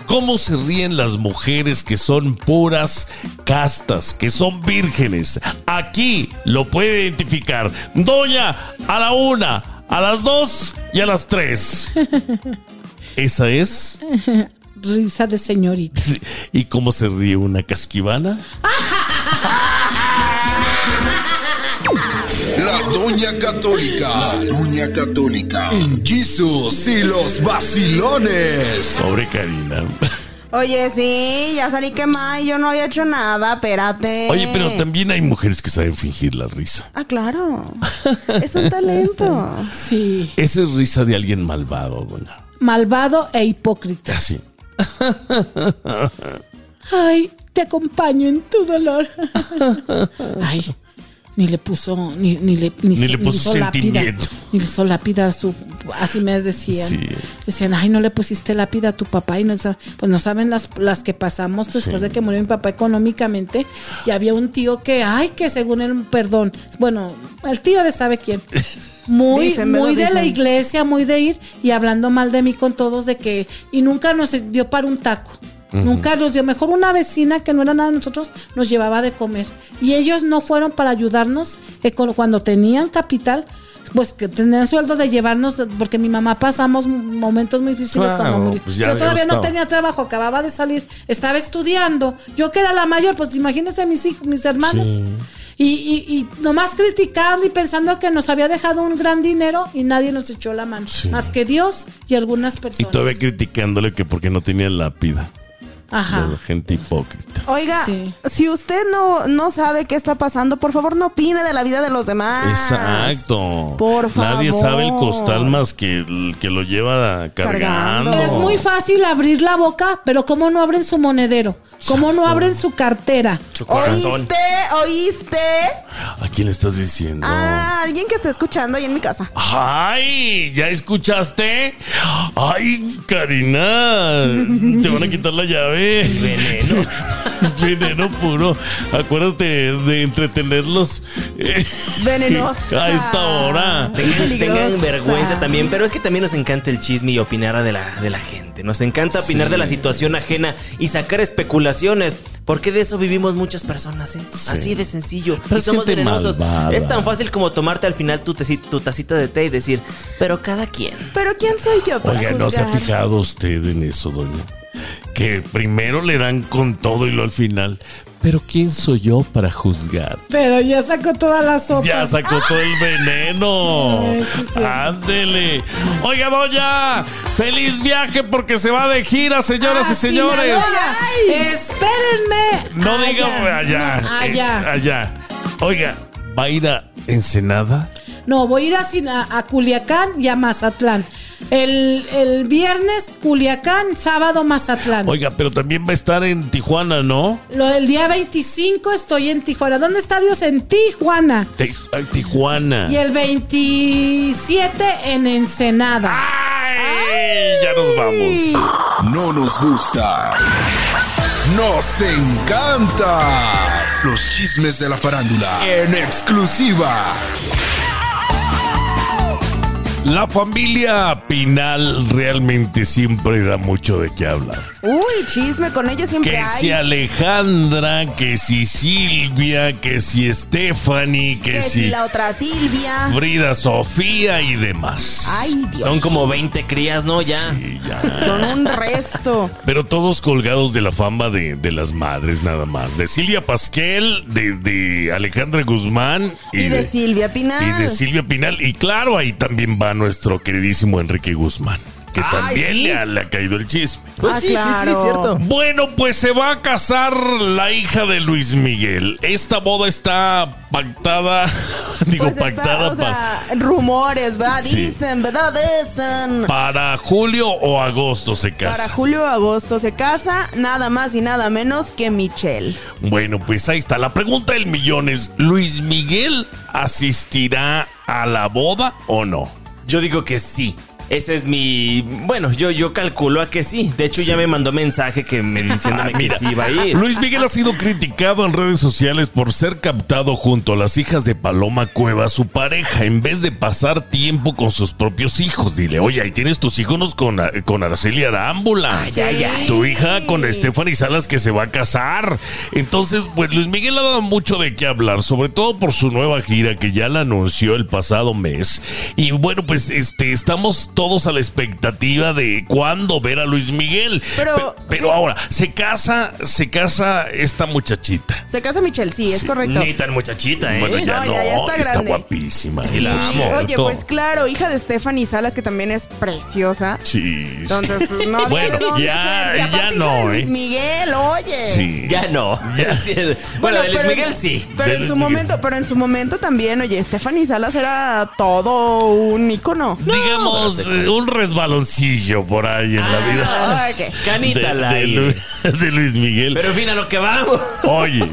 cómo se ríen las mujeres que son puras, castas, que son vírgenes. Aquí lo puede identificar. Doña, a la una, a las dos y a las tres. Esa es.
Risa de señorita.
¿Y cómo se ríe una casquivana?
La Doña Católica. La Doña Católica. En Jesus y los vacilones.
Sobre Karina.
Eh.
Oye, sí, ya salí quemada y yo no había hecho nada, espérate.
Oye, pero también hay mujeres que saben fingir la risa.
Ah, claro. Es un talento.
Sí.
Esa es risa de alguien malvado, doña.
Malvado e hipócrita.
Así.
Ay, te acompaño en tu dolor. Ay, ni le puso, ni, ni le,
Ni le puso
hizo lápida.
sentimiento.
Ni le hizo lápida a su. Así me decían.
Sí.
Decían, ay, no le pusiste lápida a tu papá. y no, sa- Pues no saben las, las que pasamos después de que murió mi papá económicamente. Y había un tío que, ay, que según él, perdón. Bueno, el tío de sabe quién. Muy,
Dicen, ¿verdad?
muy de la
Dicen.
iglesia, muy de ir y hablando mal de mí con todos de que y nunca nos dio para un taco. Nunca nos dio, mejor una vecina que no era nada de nosotros nos llevaba de comer. Y ellos no fueron para ayudarnos eh, con- cuando tenían capital, pues que tenían sueldo de llevarnos, de- porque mi mamá pasamos momentos muy difíciles
Claro,
cuando murió.
pues ya-
Yo
ya
todavía no
estaba.
tenía trabajo, acababa de salir, estaba estudiando. Yo que era la mayor, pues imagínense mis hijos, mis hermanos. Y, y, y nomás criticando y pensando que nos había dejado un gran dinero y nadie nos echó la mano.
Sí.
Más que Dios y algunas
Y
personas.
todavía criticándole que porque no tenía lápida.
Ajá.
Ah.
De la gente hipócrita.
Oiga,
Sí.
si usted no, no sabe qué está pasando, por favor no opine de la vida de los demás.
Exacto.
Ah. Por favor.
Nadie sabe el costal más que el que lo lleva cargando.
Cargando.
Es muy fácil abrir la boca, pero ¿cómo no abren su monedero? ¿Cómo no abren su cartera?
Su corazón.
¿Oíste? ¿Oíste?
¿A quién le estás diciendo?
A alguien que esté escuchando ahí en mi casa.
¡Ay! ¿Ya escuchaste? ¡Ay, Karina! Ah, Te van a quitar la llave.
Veneno.
Veneno puro. Acuérdate de entretenerlos eh,
Venenosa.
a esta hora.
Tengan,
Peligrosa.
tengan vergüenza también, pero es que también nos encanta el chisme y opinar de la, de la gente. Nos encanta opinar de la situación ajena y sacar especulaciones, porque de eso vivimos muchas personas, ¿eh? Así de sencillo.
Pero
y
es
somos
gente
venenosos.
malvada.
Es tan fácil como tomarte al final tu, teci- tu tacita de té y decir, pero cada quien.
Pero ¿quién soy yo para
Oiga, ¿no se ha
juzgar?
fijado usted en eso, doña? Que primero le dan con todo y lo al final. Pero ¿quién soy yo para juzgar?
Pero ya sacó toda la sopa.
Ya sacó todo el veneno.
Ay, pues, sí, sí.
Ándele. Oiga, doña. Feliz viaje porque se va de gira, señoras
Ah,
y señores.
Sinaloa. Espérenme.
No
Allá.
digan allá.
No,
eh,
allá.
allá. Oiga, ¿va a ir a Ensenada?
No, voy a ir a, Sina- a Culiacán y a Mazatlán. El, el viernes Culiacán, sábado Mazatlán.
Oiga, pero también va a estar en Tijuana, ¿no?
Lo del día 25 estoy en Tijuana. ¿Dónde está Dios? En Tijuana.
Ti- ay, Tijuana.
Y el 27 en Ensenada.
¡Ay! Ya nos vamos.
No nos gusta. Nos encanta. Los chismes de la farándula. En exclusiva.
La familia Pinal realmente siempre da mucho de qué hablar.
Uy, chisme, con ellos siempre
Que si
hay.
Alejandra, que si Silvia, que si Stephanie, que,
Que
si,
si la otra Silvia.
Frida Sofía y demás.
Ay, Dios.
Son como 20 crías, ¿no? Ya.
Sí, ya.
Son un resto.
Pero todos colgados de la fama de, de las madres nada más. De Silvia Pasquel, de, de Alejandra Guzmán
Y, de, Silvia Pinal.
y de Silvia Pinal. Y claro, ahí también va nuestro queridísimo Enrique Guzmán, que
Ay,
también
sí.
le, ha, le ha caído el chisme.
Pues
Ah,
sí, sí, sí,
claro.
es cierto.
Bueno, pues se va a casar la hija de Luis Miguel. Esta boda está pactada, digo
Pues está,
pactada
o
pa-
sea, rumores, ¿verdad?
Sí.
Dicen, ¿verdad? Dicen.
para julio o agosto se casa.
Para julio o agosto se casa nada más y nada menos que Michelle.
Bueno, pues ahí está. La pregunta del millón es, ¿Luis Miguel asistirá a la boda o no?
Yo digo que sí. Ese es mi. Bueno, yo, yo calculo a que sí. De hecho, ya me mandó mensaje que me diciéndome que sí iba a ir.
Luis Miguel ha sido criticado en redes sociales por ser captado junto a las hijas de Paloma Cueva, su pareja, en vez de pasar tiempo con sus propios hijos. Dile, oye, ahí tienes tus hijos con, con Araceli Arámbula.
ay, ay.
Tu hija con Stephanie Salas que se va a casar. Entonces, pues Luis Miguel ha dado mucho de qué hablar, sobre todo por su nueva gira que ya la anunció el pasado mes. Y bueno, pues este, estamos todos a la expectativa de cuándo ver a Luis Miguel.
Pero-
Pe- pero ahora, se casa, se casa esta muchachita.
Se casa Michelle, sí, es correcto.
Ni tan muchachita, ¿eh?
Bueno, ya no,
No, ya- ya está
está,
grande.
guapísima.
Sí, la
por
amo.
cierto.
Oye, pues claro, hija de Stephanie Salas, que también es preciosa.
Sí, sí.
Entonces, pues, no tiene
Bueno,
dónde
ya-
hacerse.
ya
Aparte, hija
no,
de
¿eh?
Luis Miguel, oye.
Sí.
Ya no. Sí, el- Bueno, de Luis
pero en-
Miguel sí.
Pero
De
en
Luis
su
Miguel.
momento, pero en su momento también, oye, Stephanie Salas era todo un ícono.
Digamos, eh, un resbaloncillo por ahí en la vida.
Ah, ok.
De,
Canita la
de
hay.
Lu- de Luis Miguel.
Pero en fin, a lo que vamos.
Oye,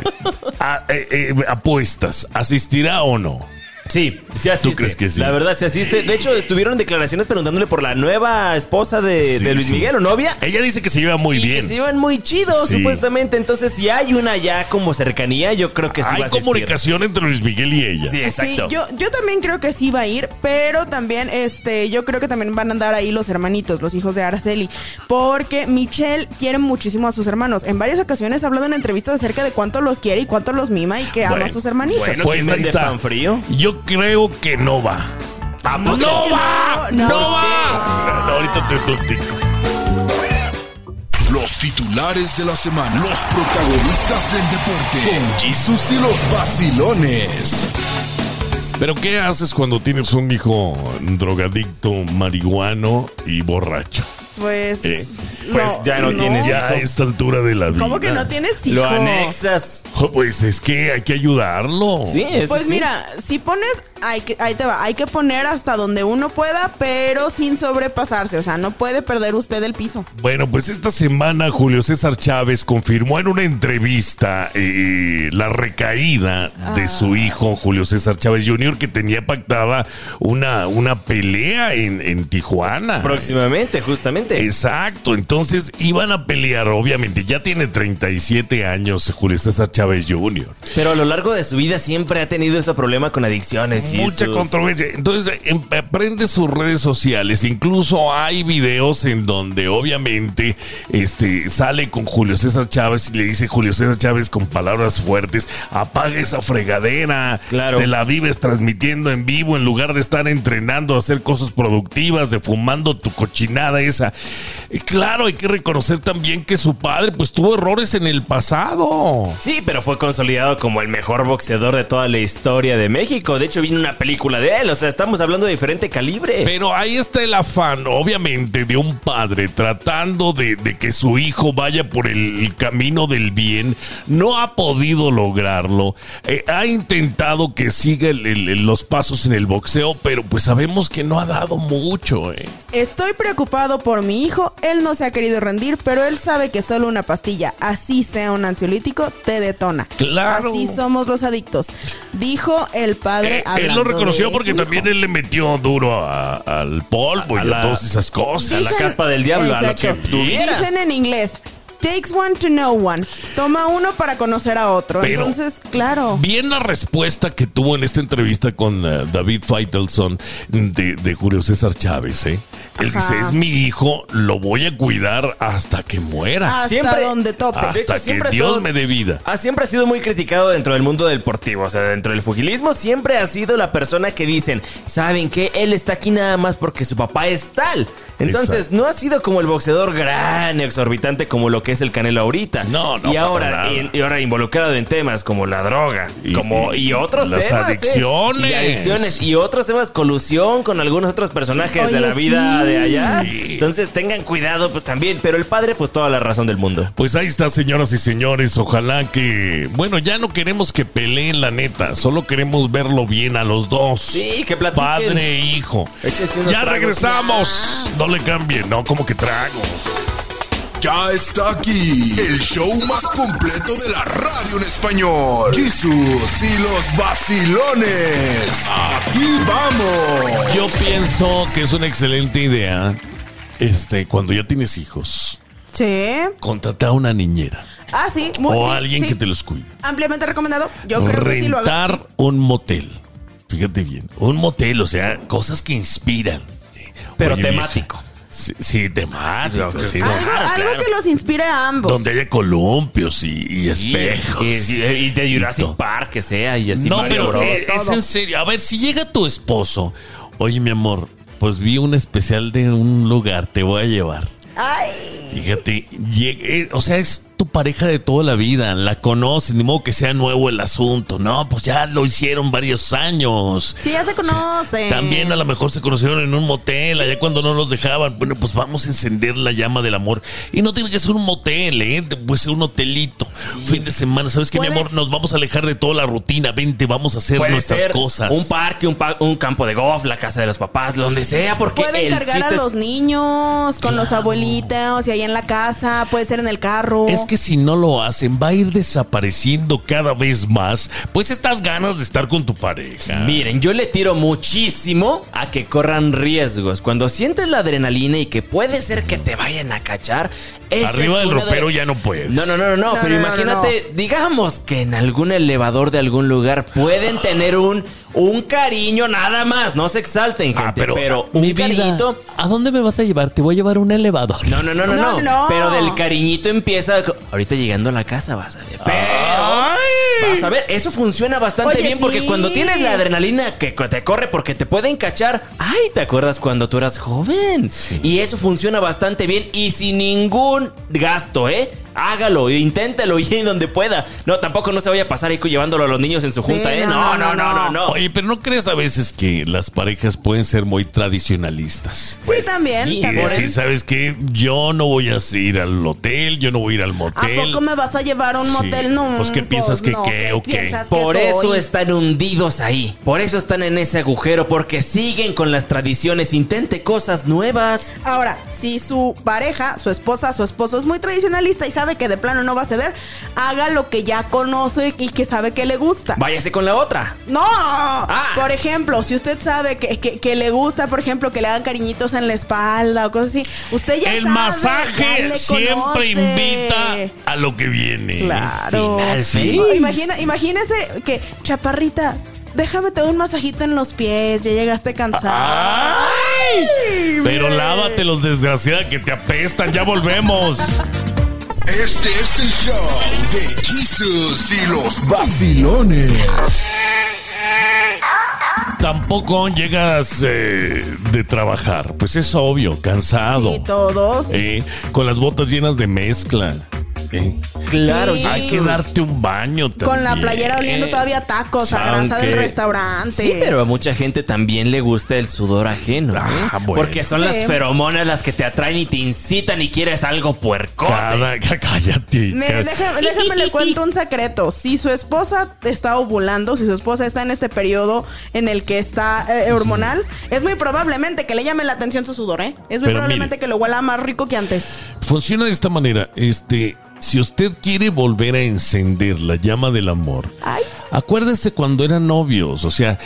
a- eh, eh, apuestas, ¿asistirá o no?
Sí, sí asiste.
¿Tú crees que sí?
La verdad, sí asiste. De hecho, estuvieron declaraciones preguntándole por la nueva esposa de,
Sí,
de Luis
sí.
Miguel o novia.
Ella dice que se lleva muy
y
bien.
que se iban muy chidos,
Sí.
supuestamente. Entonces, si hay una ya como cercanía, yo creo que sí
Hay
va a asistir.
comunicación entre Luis Miguel y ella.
Sí, exacto.
Sí, yo, yo también creo que sí va a ir, pero también, este, yo creo que también van a andar ahí los hermanitos, los hijos de Araceli, porque Michelle quiere muchísimo a sus hermanos. En varias ocasiones ha hablado en entrevistas acerca de cuánto los quiere y cuánto los mima y que ama a
Bueno,
sus hermanitos.
bueno,
Pues,
¿quién vende pan frío?
Yo creo que no va. ¡No,
crees que
va! ¡No,
no? No. ¿Por
va! No, ahorita te platico.
Los titulares de la semana. Los protagonistas del deporte. Con Jesús y los vacilones.
Pero ¿qué haces cuando tienes un hijo drogadicto, marihuano y borracho?
Pues,
Eh,
pues ya no tienes-
Ya a esta altura de la vida.
¿Cómo que no tienes hijo?
Lo anexas.
Jo, Pues es que hay que ayudarlo.
Sí, eso
Pues
sí.
mira, si pones, hay que, ahí te va, hay que poner hasta donde uno pueda, pero sin sobrepasarse. O sea, no puede perder usted el piso.
Bueno, pues esta semana Julio César Chávez confirmó en una entrevista eh, la recaída de su hijo Julio César Chávez Jr. que tenía pactada una, una pelea en, en Tijuana.
Próximamente, justamente.
Exacto, entonces iban a pelear, obviamente. Ya tiene 37 años Julio César Chávez Jr.
Pero a lo largo de su vida siempre ha tenido ese problema con adicciones. y
Mucha
sus-
controversia. Entonces, em- aprende sus redes sociales. Incluso hay videos en donde obviamente este, sale con Julio César Chávez y le dice Julio César Chávez con palabras fuertes, apaga esa fregadera.
Claro.
Te la vives transmitiendo en vivo en lugar de estar entrenando, hacer cosas productivas, de fumando tu cochinada esa. Y claro, hay que reconocer también que su padre pues tuvo errores en el pasado.
Sí, pero fue consolidado como el mejor boxeador de toda la historia de México. De hecho, vino una película de él. O sea, estamos hablando de diferente calibre.
Pero ahí está el afán, obviamente, de un padre tratando de, de que su hijo vaya por el camino del bien. No ha podido lograrlo. Eh, ha intentado que siga el- el- los pasos en el boxeo, pero pues sabemos que no ha dado mucho. eh.
Estoy preocupado por mi hijo, él no se ha querido rendir, pero él sabe que solo una pastilla, así sea un ansiolítico, te detona.
Claro.
Así somos los adictos, dijo el padre.
Eh, él
hablando
lo
de
reconoció
su
porque
hijo.
también él le metió duro a- al polvo y
A
a,
la-
todas esas
a
cosas.
la caspa del diablo, a lo que
Exacto.
tuviera.
Dicen en inglés, Takes one to know one. Toma uno para conocer a otro.
Pero-
Entonces, claro.
Bien la respuesta que tuvo en esta entrevista con eh, David Feitelson de, de Julio César Chávez, ¿eh? Él
Ajá.
dice, es mi hijo, lo voy a cuidar hasta que muera.
Hasta
siempre-
donde tope.
Ah, pues, de hecho,
hasta que
siempre
Dios
son-
me dé vida.
Ah, siempre ha sido muy criticado dentro del mundo deportivo, o sea, dentro del fugilismo siempre ha sido la persona que dicen, ¿saben qué? Él está aquí nada más porque su papá es tal. Entonces,
Exacto.
no ha sido como el boxeador gran, exorbitante como lo que es el Canelo ahorita.
No, no,
Y
para
ahora,
nada.
y, y ahora involucrado en temas como la droga,
Y-
como y otros
las
temas, ¿eh?
adicciones.
Y adicciones y otros temas colusión con algunos otros personajes de
Oye,
la vida
sí.
de allá.
Sí.
Entonces, tengan cuidado pues también, pero el padre pues toda la razón del mundo.
Pues ahí está, señoras y señores. Ojalá que. Bueno, ya no queremos que peleen, la neta. Solo queremos verlo bien a los dos.
Sí, que platiquen.
Padre e hijo.
Échese unos
Ya
tragos.
regresamos. No le cambien, ¿no? Como que trago.
Ya está aquí el show más completo de la radio en español. Jesús y los vacilones. Aquí vamos.
Yo pienso que es una excelente idea. Este, cuando ya tienes hijos,
Sí.
contratar a una niñera
Ah, sí. muy-
o
sí,
a alguien
sí.
que te los cuide.
Ampliamente recomendado. Yo creo que sí lo hago.
rentar un motel. Fíjate bien, un motel, o sea, cosas que inspiran.
Pero
Oye, vieja.
temático.
Sí, sí, temático. sí,
Ah,
Algo,
claro,
algo
claro.
que los inspire a ambos.
Donde haya columpios y, y
pues. Sí,
espejos.
Y, y- y de Jurassic
todo.
Park, que sea, y así.
no,
Mario
pero
Bros.
es, es en serio. A ver, si llega tu esposo, oye, mi amor, pues vi un especial de un lugar, te voy a llevar.
Ay.
Fíjate, lleg- eh, o sea, es tu pareja de toda la vida, la conoces, ni modo que sea nuevo el asunto. No, pues ya lo hicieron varios años.
Sí, ya se conocen.
También a lo mejor se conocieron en un motel, allá cuando no los dejaban. Bueno, pues vamos a encender la llama del amor. Y no tiene que ser un motel, ¿eh? Puede ser un hotelito. Fin de semana, ¿sabes qué, mi
Puede-
amor? Nos vamos a alejar de toda la rutina. Vente, vamos a hacer
Puede
nuestras
ser
cosas.
Un parque, un, pa- un campo de golf, la casa de los papás, donde sea, porque
Pueden
el
cargar a
chiste es-
los niños, con los abuelitos, y ahí en la casa, puede ser en el carro.
Es que si no lo hacen, va a ir desapareciendo cada vez más, pues estas ganas de estar con tu pareja.
Miren, yo le tiro muchísimo a que corran riesgos. Cuando sientes la adrenalina y que puede ser que te vayan a cachar, esa
Arriba
es
del
una de-
ropero ya no puedes.
No, no, no, no, no,
No,
pero
no, no,
imagínate, digamos que en algún elevador de algún lugar pueden tener un, un cariño nada más, no se exalten, gente,
Ah,
pero,
pero-
un
Mi vida,
cariñito.
¿a dónde me vas a llevar? Te voy a llevar un elevador.
No, no, no, no, no,
No, no.
Pero del cariñito empieza. co- Ahorita llegando a la casa vas a ver. Pero. Vas a ver, eso funciona bastante
Oye,
bien porque
sí.
cuando tienes la adrenalina que co- te corre porque te pueden cachar. Ay, ¿te acuerdas cuando tú eras joven? Y eso funciona bastante bien y sin ningún gasto, ¿eh? Hágalo, inténtelo y en donde pueda. No, tampoco no se vaya a pasar ahí llevándolo a los niños en su
Sí,
junta, ¿eh? No, no, no, no, no.
Oye, pero ¿no crees a veces que las parejas pueden ser muy tradicionalistas?
sí, también.
sí,
Y
también.
decir, ¿sabes qué? Yo no voy a ir al hotel, yo no voy a ir al
¿A
motel.
poco me vas a llevar a un
Sí.
motel? No.
Pues, ¿qué piensas que qué o qué?
piensas que
Por eso
soy?
están hundidos ahí. Por eso están en ese agujero. Porque siguen con las tradiciones. Intente cosas nuevas.
Ahora, si su pareja, su esposa, su esposo es muy tradicionalista y sabe que de plano no va a ceder, haga lo que ya conoce y que sabe que le gusta.
Váyase con la otra.
No,
Ah.
por ejemplo, si usted sabe que, que- que le gusta, por ejemplo, que le hagan cariñitos en la espalda o cosas así, usted ya sabe,
El
ya
masaje
le
siempre
conoce.
invita a lo que viene.
Claro.
Final, sí.
No, imagina- imagínese que, chaparrita, déjame te doy un masajito en los pies, ya llegaste
Ah,
cansada.
¡Ay!
Ay,
Pero
mire.
lávatelos, desgraciada, que te apestan. Ya volvemos.
Este es el show de Jesús y los vacilones.
Tampoco llegas eh, de trabajar. Pues es obvio, cansado.
Y todos.
ah, Eh, con las botas llenas de mezcla. eh.
Claro,
Sí.
Hay que darte un baño también.
Pues Con
¿eh?
la playera oliendo todavía a tacos, a grasa del
Aunque-
restaurante.
Sí, pero a mucha gente también le gusta el sudor ajeno. ¿eh?
Ah, bueno.
Porque son
Sí.
las feromonas las que te atraen y te incitan y quieres algo puercote.
Cada, cállate.
Mire,
ca-
déjame, déjame le cuento un secreto. Si su esposa está ovulando, si su esposa está en este periodo en el que está eh, hormonal, es muy probablemente que le llame la atención su sudor, ¿eh? Es muy
Pero
probablemente
mire.
que lo huela más rico que antes.
Funciona de esta manera. Este, si usted quiere volver a encender la llama del amor,
Ay.
acuérdese cuando eran novios. O sea,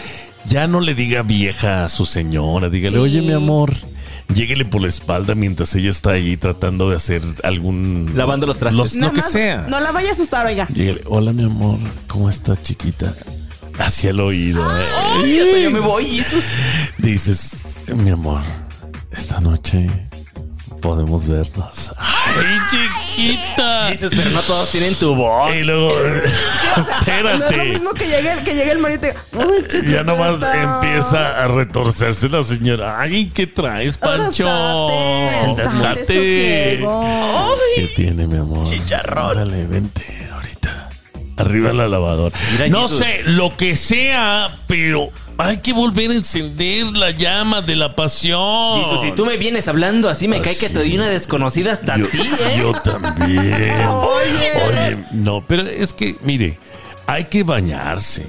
ya no le diga vieja a su señora. Dígale, oye, mi amor, Lléguele por la espalda mientras ella está ahí tratando de hacer algún.
Lavando los trastes.
Los- lo
Nada
que
más,
sea.
No la vaya a asustar, oiga.
Lléguele. Hola, mi amor. ¿Cómo estás, chiquita? Hacia el oído. ¿eh?
Ay, hasta yo me voy, Jesús.
Dices, mi amor, esta noche podemos vernos. ¡Ay, chiquita!
Jesús, pero no todos tienen tu voz.
Y luego,
No es lo
espérate.
mismo que llegue, el- que llegue el marido y te diga, "Ay, chiquitita,
Ya nomás empieza a retorcerse la señora. ¡Ay, qué traes,
ahora
Pancho!
estate, estate
Date.
sosiego".
¿Qué tiene, mi amor?
Chicharrón.
Dale, vente ahorita. Arriba la lavadora.
Mira,
no
Jesús.
sé, lo que sea, pero hay que volver a encender la llama de la pasión.
Jesús, si tú me vienes hablando así, me cae que te doy una desconocida hasta a
yo,
ti, ¿eh?
yo también.
Oye.
Oye, no, pero es que, mire, hay que bañarse.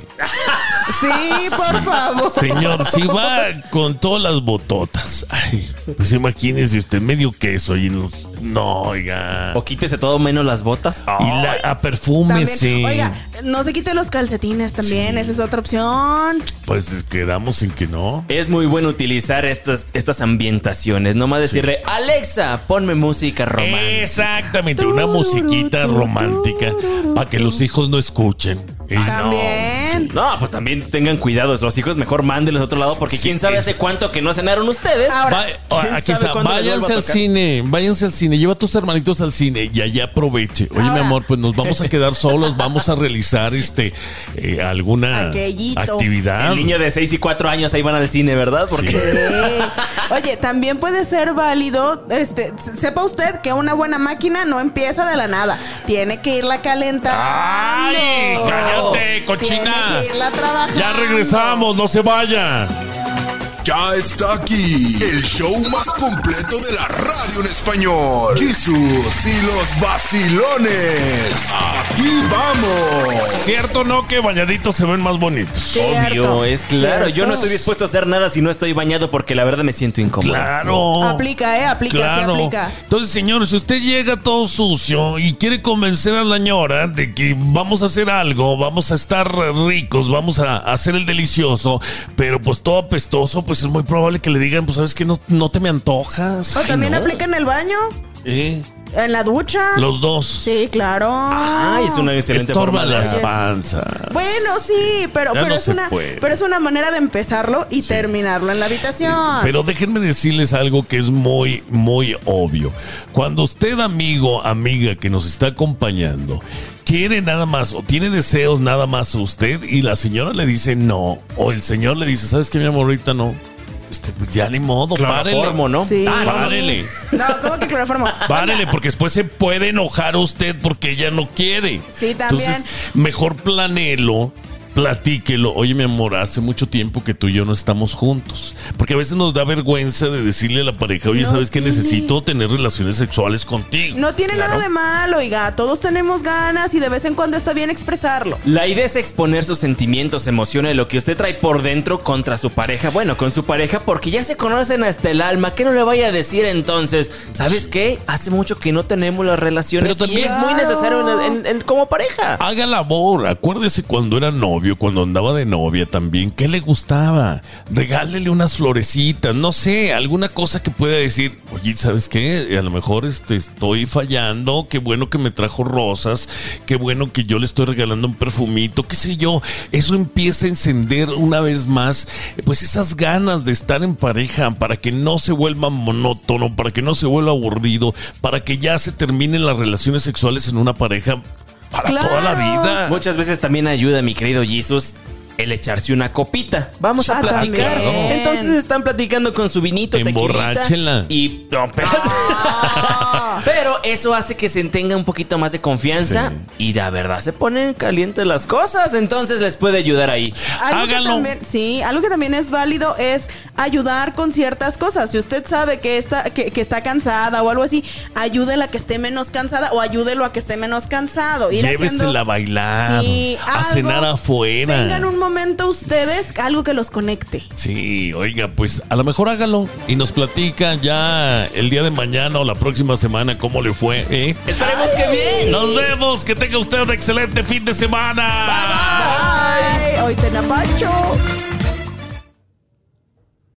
Sí, por favor.
Señor, si va con todas las bototas, ay, pues imagínese usted medio queso y los. No, oiga.
O quítese todo menos las botas.
Y la, a
También,
perfúmese.
Oiga, no se quite los calcetines también, esa es otra opción.
Pues quedamos en que no.
Es muy bueno utilizar estas, estas ambientaciones. Nomás decirle, Alexa, ponme música romántica.
Exactamente, una musiquita romántica para que los hijos no escuchen. Y Ah, no,
También.
No, pues también tengan cuidado. Los hijos mejor mándenlos a otro lado porque quién sabe hace cuánto que no cenaron ustedes.
Ahora,
Va- ah,
¿quién
aquí
sabe
está.
cuándo les vuelva
Váyanse
a
al
tocar?
cine, váyanse al cine, lleva a tus hermanitos al cine y allá aproveche. Oye, mi
Ahora.
amor, pues nos vamos a quedar solos, vamos a realizar este eh, alguna
Aquellito.
actividad.
El niño de 6 y 4 años ahí van al cine, ¿verdad? Porque
Sí.
Eh, Oye, también puede ser válido, este, se- sepa usted que una buena máquina no empieza de la nada. Tiene que irla calentando.
¡Ay! ¡Cállate, cochina!
Tiene que irla trabajando.
Ya regresamos, no se vayan.
Ya está aquí el show más completo de la radio en español. Jesús y los vacilones. Aquí vamos.
Cierto no que bañaditos se ven más bonitos.
obvio,
Cierto,
es claro. Yo
cierto.
no estoy dispuesto a hacer nada si no estoy bañado porque la verdad me siento incómodo.
Claro.
Aplica, eh, aplica, sí aplica.
Entonces, señor, si usted llega todo sucio y quiere convencer a la señora de que vamos a hacer algo, vamos a estar ricos, vamos a hacer el delicioso, pero pues todo apestoso, pues es muy probable que le digan, pues sabes que no, no te me antojas.
O también aplica en el baño,
Eh,
en la ducha.
Los dos.
Sí, claro.
Ay, Ah, es una excelente
Estorba
forma de-
las panzas.
Bueno, sí, pero,
Ya
pero,
no
es
se
una,
puede.
pero es una manera de empezarlo y terminarlo en la habitación.
Pero déjenme decirles algo que es muy, muy obvio. Cuando usted, amigo, amiga que nos está acompañando, quiere nada más o tiene deseos nada más usted y la señora le dice no, o el señor le dice, ¿sabes qué, mi amor? Ahorita no. Este, pues ya ni modo, párele.
Cloroformo, ¿no?
Sí.
Ah, párele.
No, ¿cómo que cloroformo?
Párele, porque después se puede enojar usted porque ella no quiere.
Sí, también.
Entonces, mejor planelo, platíquelo. Oye, mi amor, hace mucho tiempo que tú y yo no estamos juntos. Porque a veces nos da vergüenza de decirle a la pareja, oye, ¿sabes qué? Necesito tener relaciones sexuales contigo.
No tiene
Claro.
nada de malo, oiga. Todos tenemos ganas y de vez en cuando está bien expresarlo.
La idea es exponer sus sentimientos, emociones, lo que usted trae por dentro contra su pareja. Bueno, con su pareja, porque ya se conocen hasta el alma. ¿Qué no le vaya a decir entonces? ¿Sabes qué? Hace mucho que no tenemos las relaciones.
Pero también-
y es muy necesario en- en- en- como pareja.
Haga labor, acuérdese cuando era novio, cuando andaba de novia también, ¿qué le gustaba? Regálele unas florecitas, no sé, alguna cosa que pueda decir, oye, ¿sabes qué? A lo mejor este, estoy fallando, qué bueno que me trajo rosas, qué bueno que yo le estoy regalando un perfumito, qué sé yo. Eso empieza a encender una vez más, eh, pues esas ganas de estar en pareja para que no se vuelva monótono, para que no se vuelva aburrido, para que ya se terminen las relaciones sexuales en una pareja para
Claro.
toda la vida.
Muchas veces también ayuda, mi querido Jesus, el echarse una copita. Vamos a
Ah,
platicar.
también.
Entonces están platicando con su vinito, tequilita
Emborráchela.
Y... no, pero- Pero eso hace que se tenga un poquito más de confianza y la verdad se ponen calientes las cosas, entonces les puede ayudar ahí.
Algo que
Hágalo.
también- sí, algo que también es válido es ayudar con ciertas cosas. Si usted sabe que está, que, que está cansada o algo así, ayúdela a que esté menos cansada o ayúdelo a que esté menos cansado. Ir haciendo-
Llévesela a bailar,
Sí,
Ah, a
algo.
cenar afuera.
Tengan un momento ustedes, algo que los conecte.
Sí, oiga, pues a lo mejor hágalo y nos platica ya el día de mañana o la próxima semana cómo le fue. ¿eh?
Esperemos que bien.
Nos vemos, que tenga usted un excelente fin de semana.
Ay, hoy se Pancho.